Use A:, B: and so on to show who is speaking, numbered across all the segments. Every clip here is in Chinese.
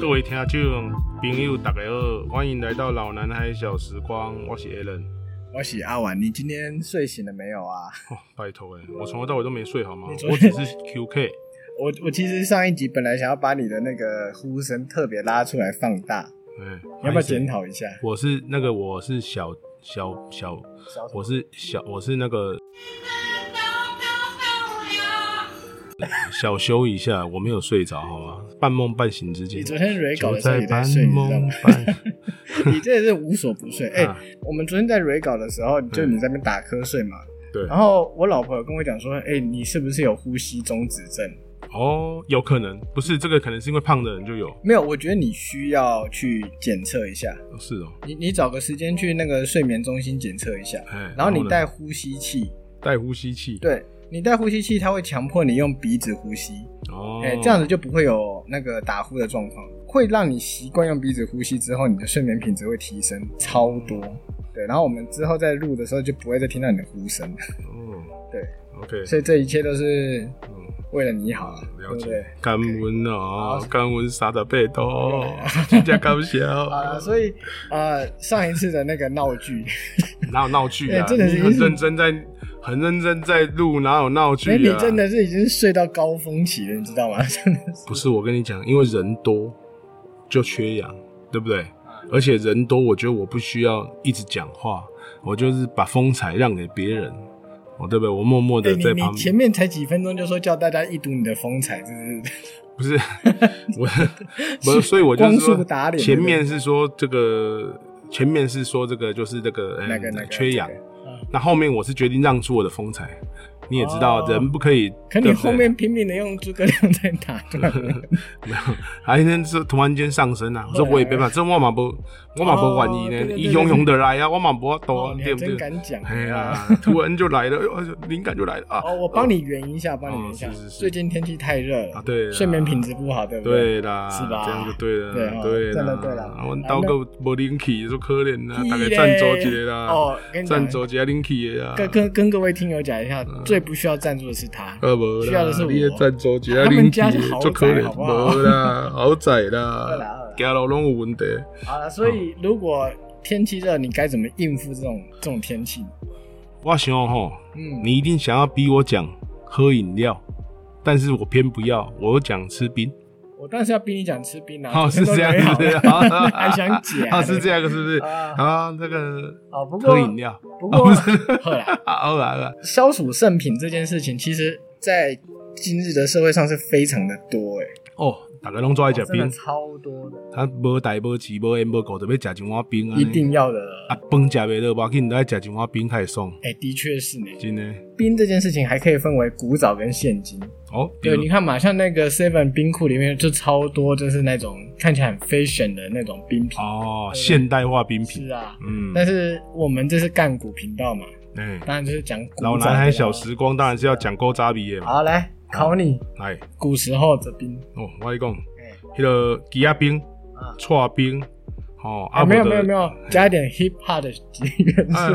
A: 各位听众朋友，大家好，欢迎来到老男孩小时光，我是 Alan。
B: 我喜阿婉，你今天睡醒了没有啊？
A: 哦，拜托哎，我从头到尾都没睡好吗？
B: 你昨
A: 我只
B: 天
A: 是 QK。
B: 我我其实上一集本来想要把你的那个呼声特别拉出来放大，
A: 哎，
B: 你 要不要检讨一下？
A: 我是那个，我是小小小，
B: 小
A: 我是小，我是那个小休一下，我没有睡着好吗？半梦半醒之间
B: 你，昨天蕊稿
A: 就
B: 的时候
A: 在
B: 也在
A: 半
B: 睡，你知道
A: 梦
B: 吗？
A: 半。
B: 你真的是无所不睡。哎、
A: 啊
B: 我们昨天在蕊稿的时候，就你在那边打瞌睡嘛。
A: 对，
B: 然后我老婆有跟我讲说，哎、你是不是有呼吸中止症？
A: 哦，有可能不是这个，可能是因为胖的人就有，
B: 没有，我觉得你需要去检测一下。
A: 哦是哦。
B: 你你找个时间去那个睡眠中心检测一下，
A: 哎，
B: 然后你
A: 呢
B: 带呼吸器，
A: 带呼吸器，，
B: 对你带呼吸器，它会强迫你用鼻子呼吸。
A: 哦，
B: 哎、这样子就不会有那个打呼的状况，会让你习惯用鼻子呼吸之后，你的睡眠品质会提升超多。对，然后我们之后在录的时候就不会再听到你的 呼声了，
A: 哦，
B: 对
A: ，OK，
B: 所以这一切都是
A: 嗯
B: 为了你好啊，对
A: 了
B: 不
A: 解
B: 对？，
A: 感恩啊
B: 好，
A: 感恩三十八度，真正感谢
B: 好
A: 哦
B: 了，。所以呃，上一次的那个闹剧，
A: 哪有闹剧啊？
B: 哎真的是
A: 你很认真在，很认真在录，哪有闹剧
B: 哎、
A: 啊？
B: 你真的是已经睡到高峰期了，你知道吗？真的是
A: 不是我跟你讲，因为人多就缺氧，对不对？
B: 啊
A: 而且人多，我觉得我不需要一直讲话，我就是把风采让给别人，哦，对不对？我默默
B: 哎
A: 的在
B: 你
A: 旁
B: 你前
A: 边，
B: 面才几分钟就说叫大家一睹你的风采，这是
A: 不 是我，不是，所以我就
B: 光
A: 是
B: 速
A: 说，
B: 打脸，
A: 前面是说这个，前面是说这个就是这个，嗯
B: 那个那个
A: 缺氧
B: 这。个
A: 那后面我是决定让出我的风采，你也知道，
B: 哦
A: 人不可以。
B: 可
A: 对
B: 你
A: 不对
B: 后面拼命的用诸葛亮在打断我，
A: 没有，还天是突然间上升啊！我说我也别办，这我嘛不，我嘛不愿意
B: 啊哦对对
A: 呢，
B: 对
A: 一汹涌的来啊，我嘛不多
B: 哦，你还
A: 对不
B: 真
A: 对？
B: 敢讲！
A: 哎呀，突然就来了，哎呦灵感就来了啊！
B: 哦，我帮你圆一下，帮你圆一下
A: 哦是是。是
B: 最近天气太热了
A: 啊对啦
B: 睡眠品质不好，对不对？
A: 对啦，
B: 是吧
A: 这样就对了，
B: 对哦
A: 对
B: 真
A: 啦
B: 的对啦
A: 啊我刀个无灵气，说可怜啦，
B: 屁
A: 大概
B: 嘞
A: 赞助一个啦，
B: 哦，跟你
A: 赞
B: 讲，
A: 助一个灵气啊的啊，嗯
B: 跟跟跟各位听友讲一下，最不需要赞助的是他。
A: 呃，无
B: 需要
A: 啦
B: 的是，我
A: 你的赞助一个
B: 他
A: 灵
B: 们
A: 气
B: 家是豪宅
A: 足可怜，
B: 好不好
A: 无啦， 豪宅
B: 二啦二
A: 啦
B: 啦，
A: 走路拢有问题。
B: 好了，所以如果天气热，你该怎么应付这种这种天气？
A: 我想吼，
B: 嗯，
A: 你一定想要逼我讲喝饮料，但是我偏不要，我讲吃冰。
B: 我当时要逼你讲吃啊槟榔，
A: 哦，是这样
B: 昨天
A: 子，
B: 都没
A: 是
B: 好
A: 不是 好
B: 还想 解
A: 哦，是这样，是不是？
B: 啊
A: 啊，那个
B: 哦，不过
A: 喝饮料，
B: 不
A: 啊，
B: 过
A: 不是，
B: 后来
A: 啊，好啦好啦，
B: 消暑圣品这件事情，其实在今日的社会上是非常的多哎、
A: 哦，大家拢做爱食
B: 真的
A: 冰，
B: 超多的，
A: 他无代无志无缘无故，就要食一碗冰啊。
B: 一定要的。
A: 啊，饭食袂落，无要紧，就爱食一碗冰较会爽，
B: 哎、的确是呢。
A: 真的。
B: 冰这件事情还可以分为古早跟现今。
A: 哦，
B: 对，你看嘛，像那个 Seven 冰库里面就超多，就是那种看起来很 fashion 的那种冰品。
A: 哦，现代化冰
B: 是
A: 品，
B: 啊，
A: 嗯，
B: 但是我们这是干股频道嘛，
A: 哎，
B: 当然就是啊讲古
A: 老
B: 早的
A: 男
B: 啦
A: 孩小。时啊光当然是要讲古早味的嘛，
B: 好，来考你，
A: 来。
B: 古时候的冰。
A: 哦，我跟你讲，
B: 哎、
A: 迄个鸡鸭冰
B: 啊、
A: 串冰，哦，
B: 哎没有
A: 不
B: 没
A: 就
B: 有没有，加一点 hip hop 的元 素。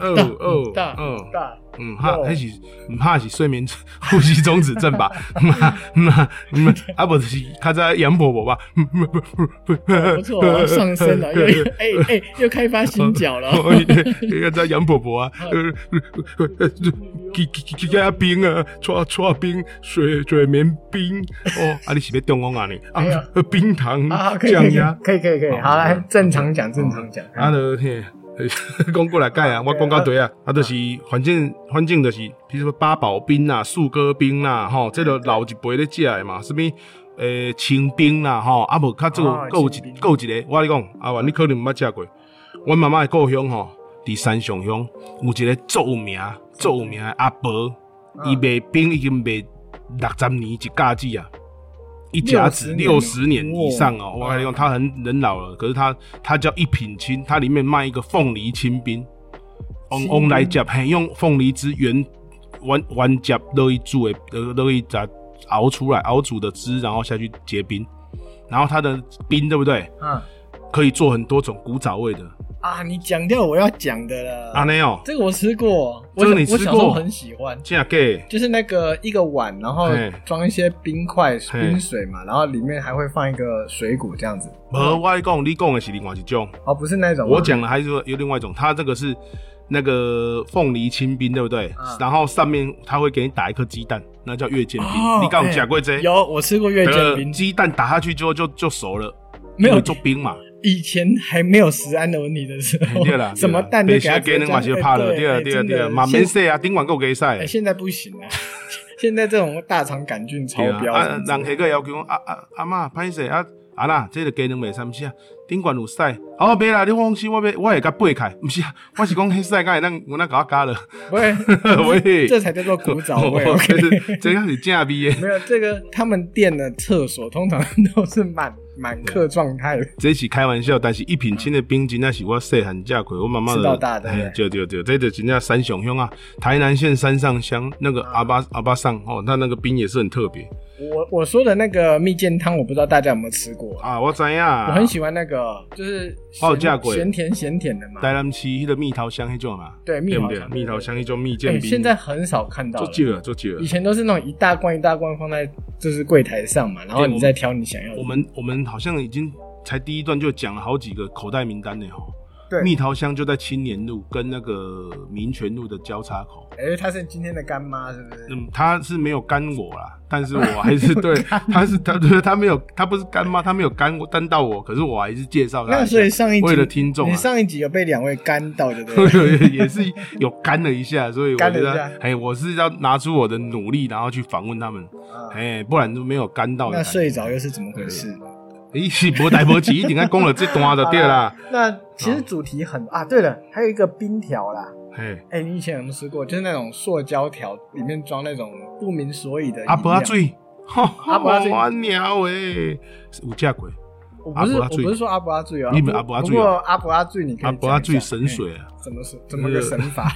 A: 呃，哦哦，
B: 大大
A: 嗯
B: 大，
A: 嗯，哈，
B: 哦
A: 迄是唔怕是睡眠呼吸中止症吧？嗯啊嗯啊嗯啊，啊不就是较早杨婆婆吧？嗯嗯不不不不
B: 不错哦，上升了，又又哎哎，又开发新 脚了。
A: 哦较早杨婆婆啊，呃呃呃，鸡鸡鸡鸭冰啊，串串冰，水水绵冰，哦，啊你是要中风啊你？
B: 没有
A: 啊，呃冰糖
B: 啊，可以可
A: 酱
B: 以
A: 鸭。
B: 可以可以可以，好来正常讲正常讲。
A: 啊，就嘿， 讲过来改啊，我讲到对啊，啊，就是反正反正就是，比如说八宝冰啦、树哥冰啦，吼，这个老一辈咧食的嘛，什物诶清冰啦，吼，啊无较这
B: 哦
A: 个有
B: 清
A: 一
B: 冰
A: 有一个，我跟你讲，啊，你可能毋捌食过，阮妈妈的故乡吼，伫山上乡有一个著名著名的阿伯，
B: 嗯
A: 伊卖冰已经卖六十年一价子啊。一甲子六十
B: 60
A: 年
B: 年
A: 以上哦，
B: 哇
A: 我跟你讲，他很人老了，可是他他叫一品清，它里面卖一个凤梨清冰，用
B: 清
A: 用
B: 冰
A: 来夹，嘿，用凤梨汁原原原夹落去煮的，落落去炸熬出来，熬煮的汁，然后下去结冰，然后它的冰对不对？
B: 嗯，
A: 可以做很多种古早味的，
B: 啊，你讲掉我要讲的了。
A: 安尼哦，
B: 这个我吃过，我
A: 这个
B: 小
A: 你吃
B: 我小时候
A: 过
B: 很喜欢，
A: 真假的？
B: 就是那个一个碗，然后
A: 嘿
B: 装一些冰块、
A: 嘿
B: 冰水嘛，然后里面还会放一个水果这样子。
A: 无，我跟你讲你讲的是另外一种，
B: 哦，不是那种吗，
A: 我讲的还是有另外一种，它这个是那个凤梨清冰，对不对？
B: 嗯
A: 然后上面它会给你打一颗鸡蛋，那叫月见冰。
B: 哦
A: 你刚有
B: 哎
A: 讲过这？
B: 有我吃过月见
A: 呃
B: 冰，
A: 鸡蛋打下去之后就就熟了，
B: 没有
A: 做冰 嘛？
B: 以前还没有食安的问题的时候，
A: 对啦，
B: 什么蛋都
A: 对
B: 给它
A: 给
B: 直接
A: 那马
B: 这
A: 就
B: 样
A: 怕
B: 哎
A: 了，
B: 对
A: 对啊
B: 哎
A: 对啊
B: 真的
A: 对啊，马
B: 现
A: 没事啊，顶晚够给晒
B: 哎，。现在不行了、现在这种大肠杆菌超
A: 对啊
B: 标，
A: 啊，人 下个要求讲啊啊阿妈歹势啊啊啦，这个鸡卵袂三啥，啊顶悬有屎，哦袂啦，你放心，我袂我会甲掰开，毋是啊，我是讲迄屎敢会咱有那甲我加了，
B: 不会，
A: 喂，
B: 这才叫做古早 味。
A: 哦
B: OK，
A: 这这样是正味的，
B: 没有这个，他们店的厕所通常 都是满满
A: 啊
B: 客状态的。
A: 这是开玩笑，但是一品清的冰真那是我细汉食过，我妈妈
B: 吃到大的
A: 哎对对对，这就真正三雄乡啊，台南县山上乡那个阿巴阿巴上哦，那那个冰也是很特别
B: 我我说的那个蜜饯汤，我不知道大家有没有吃过。
A: 啊，我知呀，
B: 我很喜欢那个，就是咸
A: 哦架鬼
B: 咸甜咸甜的嘛。
A: 台南市迄个蜜桃香迄种嘛，
B: 对蜜
A: 对不
B: 桃
A: 对
B: 香？
A: 蜜桃香迄种蜜饯
B: 哎
A: 冰，
B: 现在很少看到
A: 做
B: 了。
A: 久了，做久了
B: 以。前都是那种一大罐一大罐放在就是柜台上嘛，然后你再挑你想要的
A: 我。们我们好像已经才第一段就讲了好几个口袋名单呢吼。
B: 对
A: 蜜桃香就在青年路跟那个民权路的交叉口。
B: 哎，她是今天的干妈是不是？
A: 嗯，他是没有干我啦，但是我还是 对，他是他对他没有，他不是干妈，他没有干我干到我，可是我还是介绍他一下。
B: 那所以上一集
A: 为了听众、啊
B: 你，上一集有被两位干到，对不 对？
A: 也是有干了一下，所以我觉
B: 干了一
A: 得
B: 下，
A: 哎，我是要拿出我的努力，然后去访问他们，
B: 啊
A: 哎，不然就没有干到的感
B: 那
A: 觉。
B: 睡着又是怎么回事？
A: 伊是无代无志，一定要讲了这段就对 啦。
B: 那其实主题很啊，对了，还有一个冰条啦。
A: 嘿，
B: 哎，你以前有没有吃过？就是那种塑胶条，里面装那种不明所以的
A: 阿伯阿
B: 饮料，
A: 水，吼
B: 阿伯阿水
A: 我鸟诶，有食过
B: 我不是
A: 阿伯
B: 我
A: 阿醉
B: 不是说阿伯阿醉哦，
A: 你们阿伯阿醉啊
B: 不过阿伯阿醉你可以
A: 阿伯阿
B: 讲一
A: 水神，
B: 下
A: 水啊，
B: 哎怎么是怎么个神 法？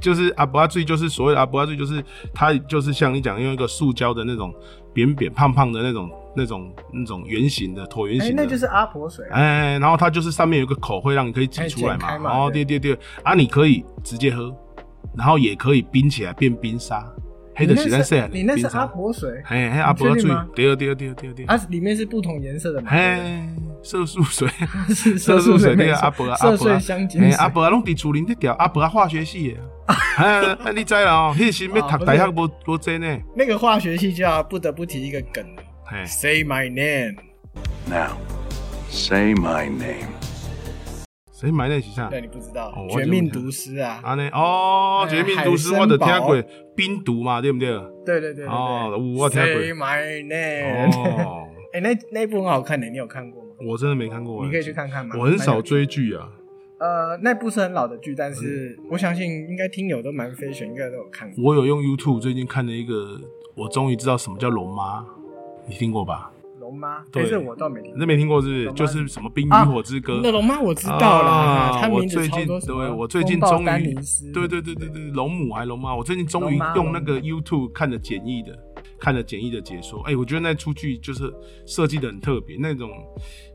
A: 就是阿伯阿水，就是所谓的阿伯阿水，就是它就是像你讲用一个塑胶的那种扁扁胖胖的那种那种那种圆形的椭圆
B: 哎，
A: 形的
B: 那就。是阿婆水啊。
A: 哎，然后它就是上面有一个口，会让你可以挤出来
B: 哎可以剪开嘛
A: 嘛。哦，对
B: 对
A: 对对，啊，你可以直接喝，然后也可以冰起来变冰沙。黑的洗
B: 你那
A: 蛋
B: 是
A: 色，
B: 你那是
A: 冰沙
B: 阿婆水，
A: 嘿，嘿阿伯
B: 你确
A: 水
B: 定吗，
A: 对对对对对。
B: 啊，里面是不同颜色的嘛？对
A: 嘿，色素水，
B: 不对 是
A: 色素水，
B: 没
A: 那个
B: 错
A: 阿伯啊，阿
B: 色
A: 伯
B: 水
A: 啊，
B: 香精
A: 嘿
B: 水，
A: 阿伯啊，拢伫厝里底调，阿伯啊，化学系的 啊。哎，啊你知啦哦，迄时要读大学无无济呢。
B: 那个化学系就要不得不提一个梗了
A: 嘿，
B: ，Say my name。
C: Now, say my name.
A: 谁买那是啥
B: 对，？你不知道
A: 哦，
B: 《
A: 我
B: 绝命毒师》啊，
A: 安尼哦，
B: 哎
A: 绝命毒师
B: 海参堡
A: 我都听过，冰毒嘛，对不对？
B: 对对对对
A: 哦
B: 对。
A: 我听过
B: Say my name。
A: 哦，
B: 哎，那那一部很好看的，你有看过吗？
A: 我真的没看过，哎
B: 你可以去。看看嘛。
A: 我很
B: 蛮
A: 少
B: 有。
A: 追剧啊，
B: 呃，那部是很老的剧，但是我相信应该听友都蛮 fashion，应该都有看过。
A: 我有用 YouTube 最近看了一个，我终于知道什么叫龙妈，你听过吧？
B: 龙妈，
A: 对
B: 哎这我倒没听
A: 你
B: 过。
A: 都没听过是不是？
B: 龙妈
A: 就是什么《冰
B: 啊
A: 与火之歌》
B: 那龙妈我知道啦，
A: 啊
B: 她名
A: 我
B: 字
A: 最
B: 超
A: 近
B: 多什么
A: 对我最近
B: 风暴
A: 终于
B: 丹尼斯
A: 对对对对对，龙母还龙妈，我最近终于
B: 龙妈
A: 用那个
B: 龙
A: YouTube 看了简易的，看了简易的解说。哎、我觉得那出剧就是设计的很特别，那种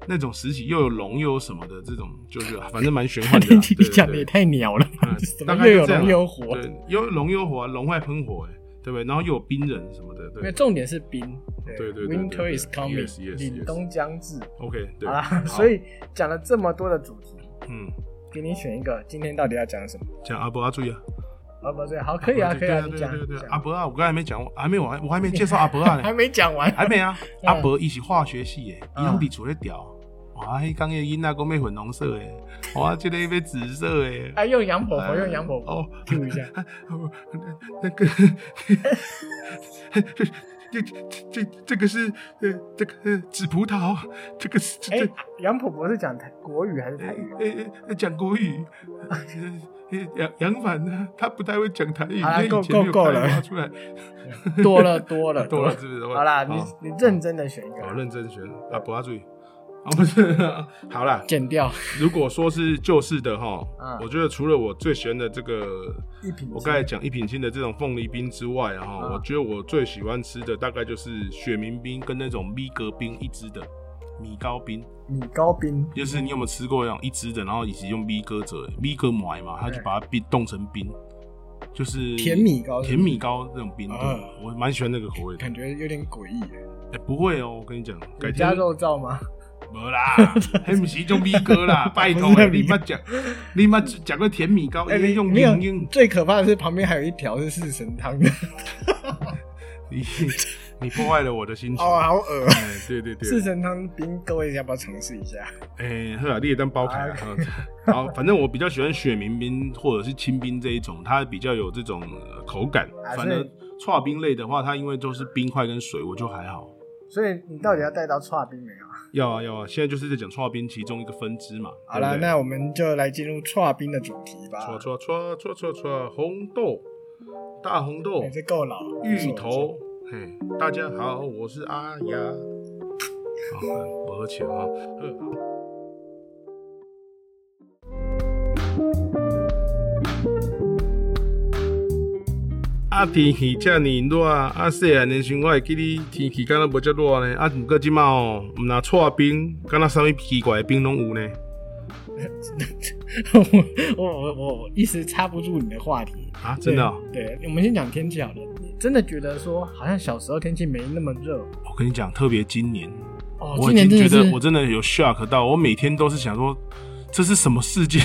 A: 那种时期又有龙又有什么的这种，就是反正蛮玄幻的啦。
B: 你
A: 对
B: 讲的也。太鸟了吧，
A: 对嗯
B: 怎么
A: 大概
B: 又有
A: 就这样
B: 龙
A: 啦
B: 又有火？
A: 对，有龙又有火、啊，龙会喷火、哎，对不对？然后又有冰人什么的，
B: 因为
A: 对。
B: 重点是冰，
A: 对对对对
B: ，Winter is
A: 对
B: coming，
A: yes, yes,
B: 凛
A: yes
B: 冬将至
A: OK，对。
B: 啊
A: 好。
B: 所以讲了这么多的主题，
A: 嗯，
B: 给你选一个，今天到底要讲什么？
A: 讲阿伯要注意啊。
B: 啊，不对，好，可以啊，可
A: 对
B: 以啊，
A: 对
B: 你
A: 对
B: 讲
A: 对对，
B: 讲
A: 阿伯啊，我刚才没讲，我还没完，我还没介绍阿伯 啊呢。
B: 还没讲完，
A: 还没 啊，
B: 嗯
A: 阿伯伊是化学系诶，伊
B: 嗯
A: 拢伫厝咧调。哇，迄工个囡仔讲要粉红色诶，哇，即个要紫色诶。
B: 哎，用羊婆婆，用羊婆婆
A: 哦，
B: ，Q 一下，哎
A: 那个，这这这个是呃这个呃紫葡萄，这个是
B: 哎
A: 这，
B: 羊婆婆是讲台国语还是台语？
A: 呃呃讲国语，呃杨杨凡呢，他不太会讲台语，
B: 好啦
A: 他以
B: 够
A: 前没有
B: 够够
A: 开发
B: 了
A: 出来
B: 多了多了
A: 哎 多了，是不是？
B: 好啦，
A: 好
B: 你你认真的选一
A: 好
B: 个，
A: 认真学啊，不要注意啊，不是， 好啦，
B: 剪掉
A: 如果说是旧式的哈，
B: 嗯
A: 我觉得除了我最喜欢的这个，
B: 一瓶
A: 我刚才讲一品清的这种凤梨冰之外，啊哈、
B: 嗯
A: 我觉得我最喜欢吃的大概就是雪明冰跟那种米格冰一支的，米糕冰，
B: 米糕冰，
A: 就是你有没有吃过那种一只的，然后以及用米哥折米哥埋嘛，
B: 嗯
A: 他就把它冰冻成冰，就是
B: 甜米糕是不是
A: 甜米糕那种冰，对
B: 嗯
A: 我蛮喜欢那个口味的。
B: 感觉有点诡异耶。
A: 哎，不会哦，我跟你讲，改
B: 有
A: 天
B: 加肉燥吗？
A: 没 啦，黑不是种米糕啦，拜托
B: 不是
A: 欸，
B: 米
A: 你
B: 糕
A: 妈 讲，你妈讲个甜米糕，
B: 哎
A: 你用
B: 没有
A: 用用，
B: 最可怕的是旁边还有一条是四神汤的，
A: 你 你破坏了我的心情。
B: 哦，好恶啊！
A: 哎，对对对，
B: 四神汤冰，各位要不要尝试一下？
A: 哎，呵，你也当包
B: 啊
A: 开了。 然后，反正我比较喜欢雪明冰或者是清冰这一种，它比较有这种呃口感
B: 啊。
A: 反
B: 所以
A: 正刨冰类的话，它因为都是冰块跟水，我就还好。
B: 所以你到底要带到串冰没有？
A: 要啊要啊，现在就是在讲刨冰其中一个分支嘛。
B: 好了，那我们就来进入串冰的主题吧。
A: 唰唰唰唰唰唰，红豆，大红豆
B: 哎，这够老，
A: 芋头。嘿，大家好，我是阿雅。好，我喝起来啊。呃啊，天气遮尼热，啊，细汉的时候我会记你天气敢若无遮热啊呢，啊，毋过即满哦，毋若搓冰，敢若啥物奇怪的冰拢有呢？
B: 我我我我一时插不住你的话题。
A: 啊，真的哦、
B: 对，对我们先讲天气好了。你真的觉得说，好像小时候天气没那么热
A: 我跟你讲，特别今年，
B: 哦。
A: 我
B: 今
A: 已
B: 年
A: 经
B: 真
A: 觉
B: 的
A: 得我
B: 是
A: 真的有 shock 到，我每天都是想说，这是什么世界？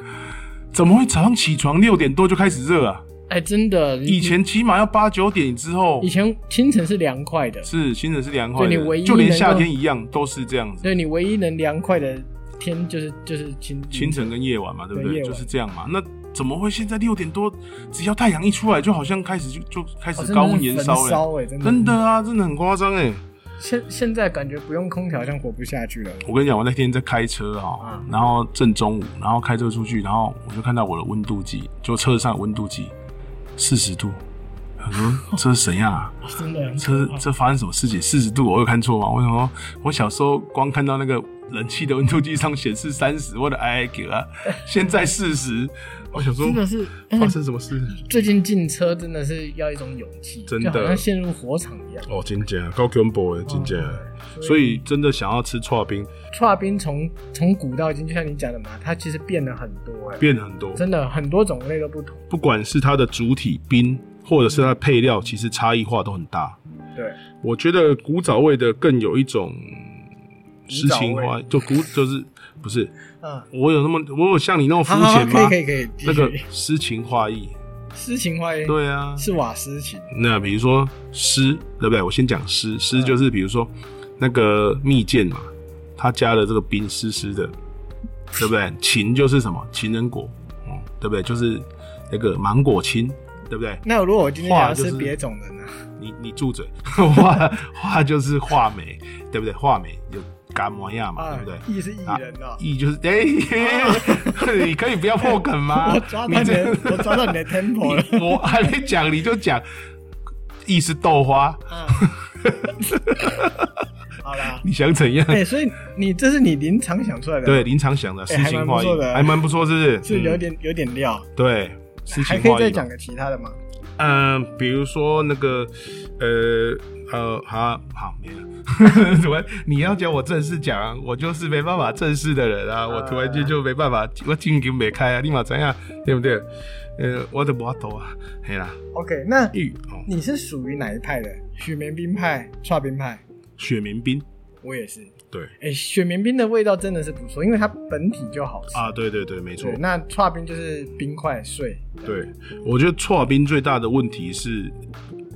A: 怎么会早上起床六点多就开始热啊？
B: 哎，真的
A: 以
B: 你
A: 前起码要八九点之后
B: 以，前清晨是凉快的，
A: 是清晨是凉快
B: 对你唯
A: 的，
B: 一
A: 就连
B: 能够
A: 夏天一样都是这样子，
B: 对你唯一能凉快的天就是就是清
A: 清晨跟夜晚嘛，对不
B: 对
A: 对？
B: 夜晚
A: 就是这样嘛。那怎么会现在六点多，只要太阳一出来，就好像开始就就开
B: 哦
A: 始
B: 真的是
A: 高温燃
B: 焚
A: 烧了？
B: 烧哎，真的
A: 真的啊，真的很夸张哎！
B: 现现在感觉不用空调好像活不下去了。
A: 我跟你讲，我那天在开车哈、
B: 嗯
A: 然后正中午，然后开车出去，然后我就看到我的温度计，就车上有温度计四十度，我说这是怎样啊？
B: 真的，
A: 这这发生什么事情？四十度，我有看错吗？我想说，我小时候光看到那个冷气的温度计上显示三十，我的哎给啊，现在四十，我想说
B: 真的是哎
A: 发生什么事？
B: 最近进车真的是要一种勇气，
A: 真
B: 就
A: 的
B: 好像陷入火场一样。
A: 哦，真假高 Q 波哎，真假
B: 哦
A: 所以真的想要吃刨冰，
B: 刨冰从从古到今，就像你讲的嘛，它其实变了很多哎、
A: 变很多。
B: 真的很多种类都不同。
A: 不管是它的主体冰，或者是它的配料，其实差异化都很大。
B: 对，
A: 我觉得古早味的更有一种诗情
B: 古早
A: 画，就古就是不是
B: 嗯，
A: 我有那么我有像你那么肤
B: 好好好，
A: 浅吗？
B: 可以可以可以，
A: 那个
B: 继续
A: 诗情画意，
B: 诗情画意，，
A: 对啊。
B: 是瓦诗情，
A: 那比如说诗，对不对？我先讲诗，
B: 嗯
A: 诗就是比如说那个蜜饯嘛，它加了这个冰湿湿的，对 不对？情就是什么情人果，哦，对不对？就是那个芒果青，对不对？
B: 那如果我今天想要
A: 画就
B: 吃
A: 是
B: 别种的呢？
A: 你你住嘴， 画画就是画眉，对不对？画眉就干模样嘛，
B: 啊，
A: 对不对？
B: 意是艺人哦。
A: 意就是 哎、 你可以不要破梗吗？
B: 我抓
A: 你
B: 啊到你
A: 这
B: 的，我抓到你的 tempo 了。
A: 你我还没讲你就讲，意是豆花，
B: 嗯， 好啦，
A: 你想怎样？
B: 哎，所以你这是你临场想出来的，
A: 对，，临场想的诗
B: 哎
A: 情画意
B: 还蛮不错的，啊
A: 还蛮不错，是不是？
B: 是有
A: 嗯
B: 点有点料，
A: 对，诗
B: 还
A: 情
B: 可以
A: 画
B: 再
A: 意。
B: 讲个其他的吗？
A: 嗯，比如说那个，呃呃，好好没了。 怎么？你要叫我正式讲啊，我就是没办法正式的人啊，我突然间就没办法，我进给没开啊，立马怎样，对不对？呃，我的摩头啊，嘿啦，
B: OK，那
A: 玉哦，
B: 你是属于哪一派的？雪绵冰派、刨冰派？
A: 雪绵冰，
B: 我也是。
A: 对
B: 哎、雪绵冰的味道真的是不错，因为它本体就好吃。
A: 啊，对对对，没错
B: 对，，那刨冰就是冰块碎。
A: 对，我觉得搓冰最大的问题是。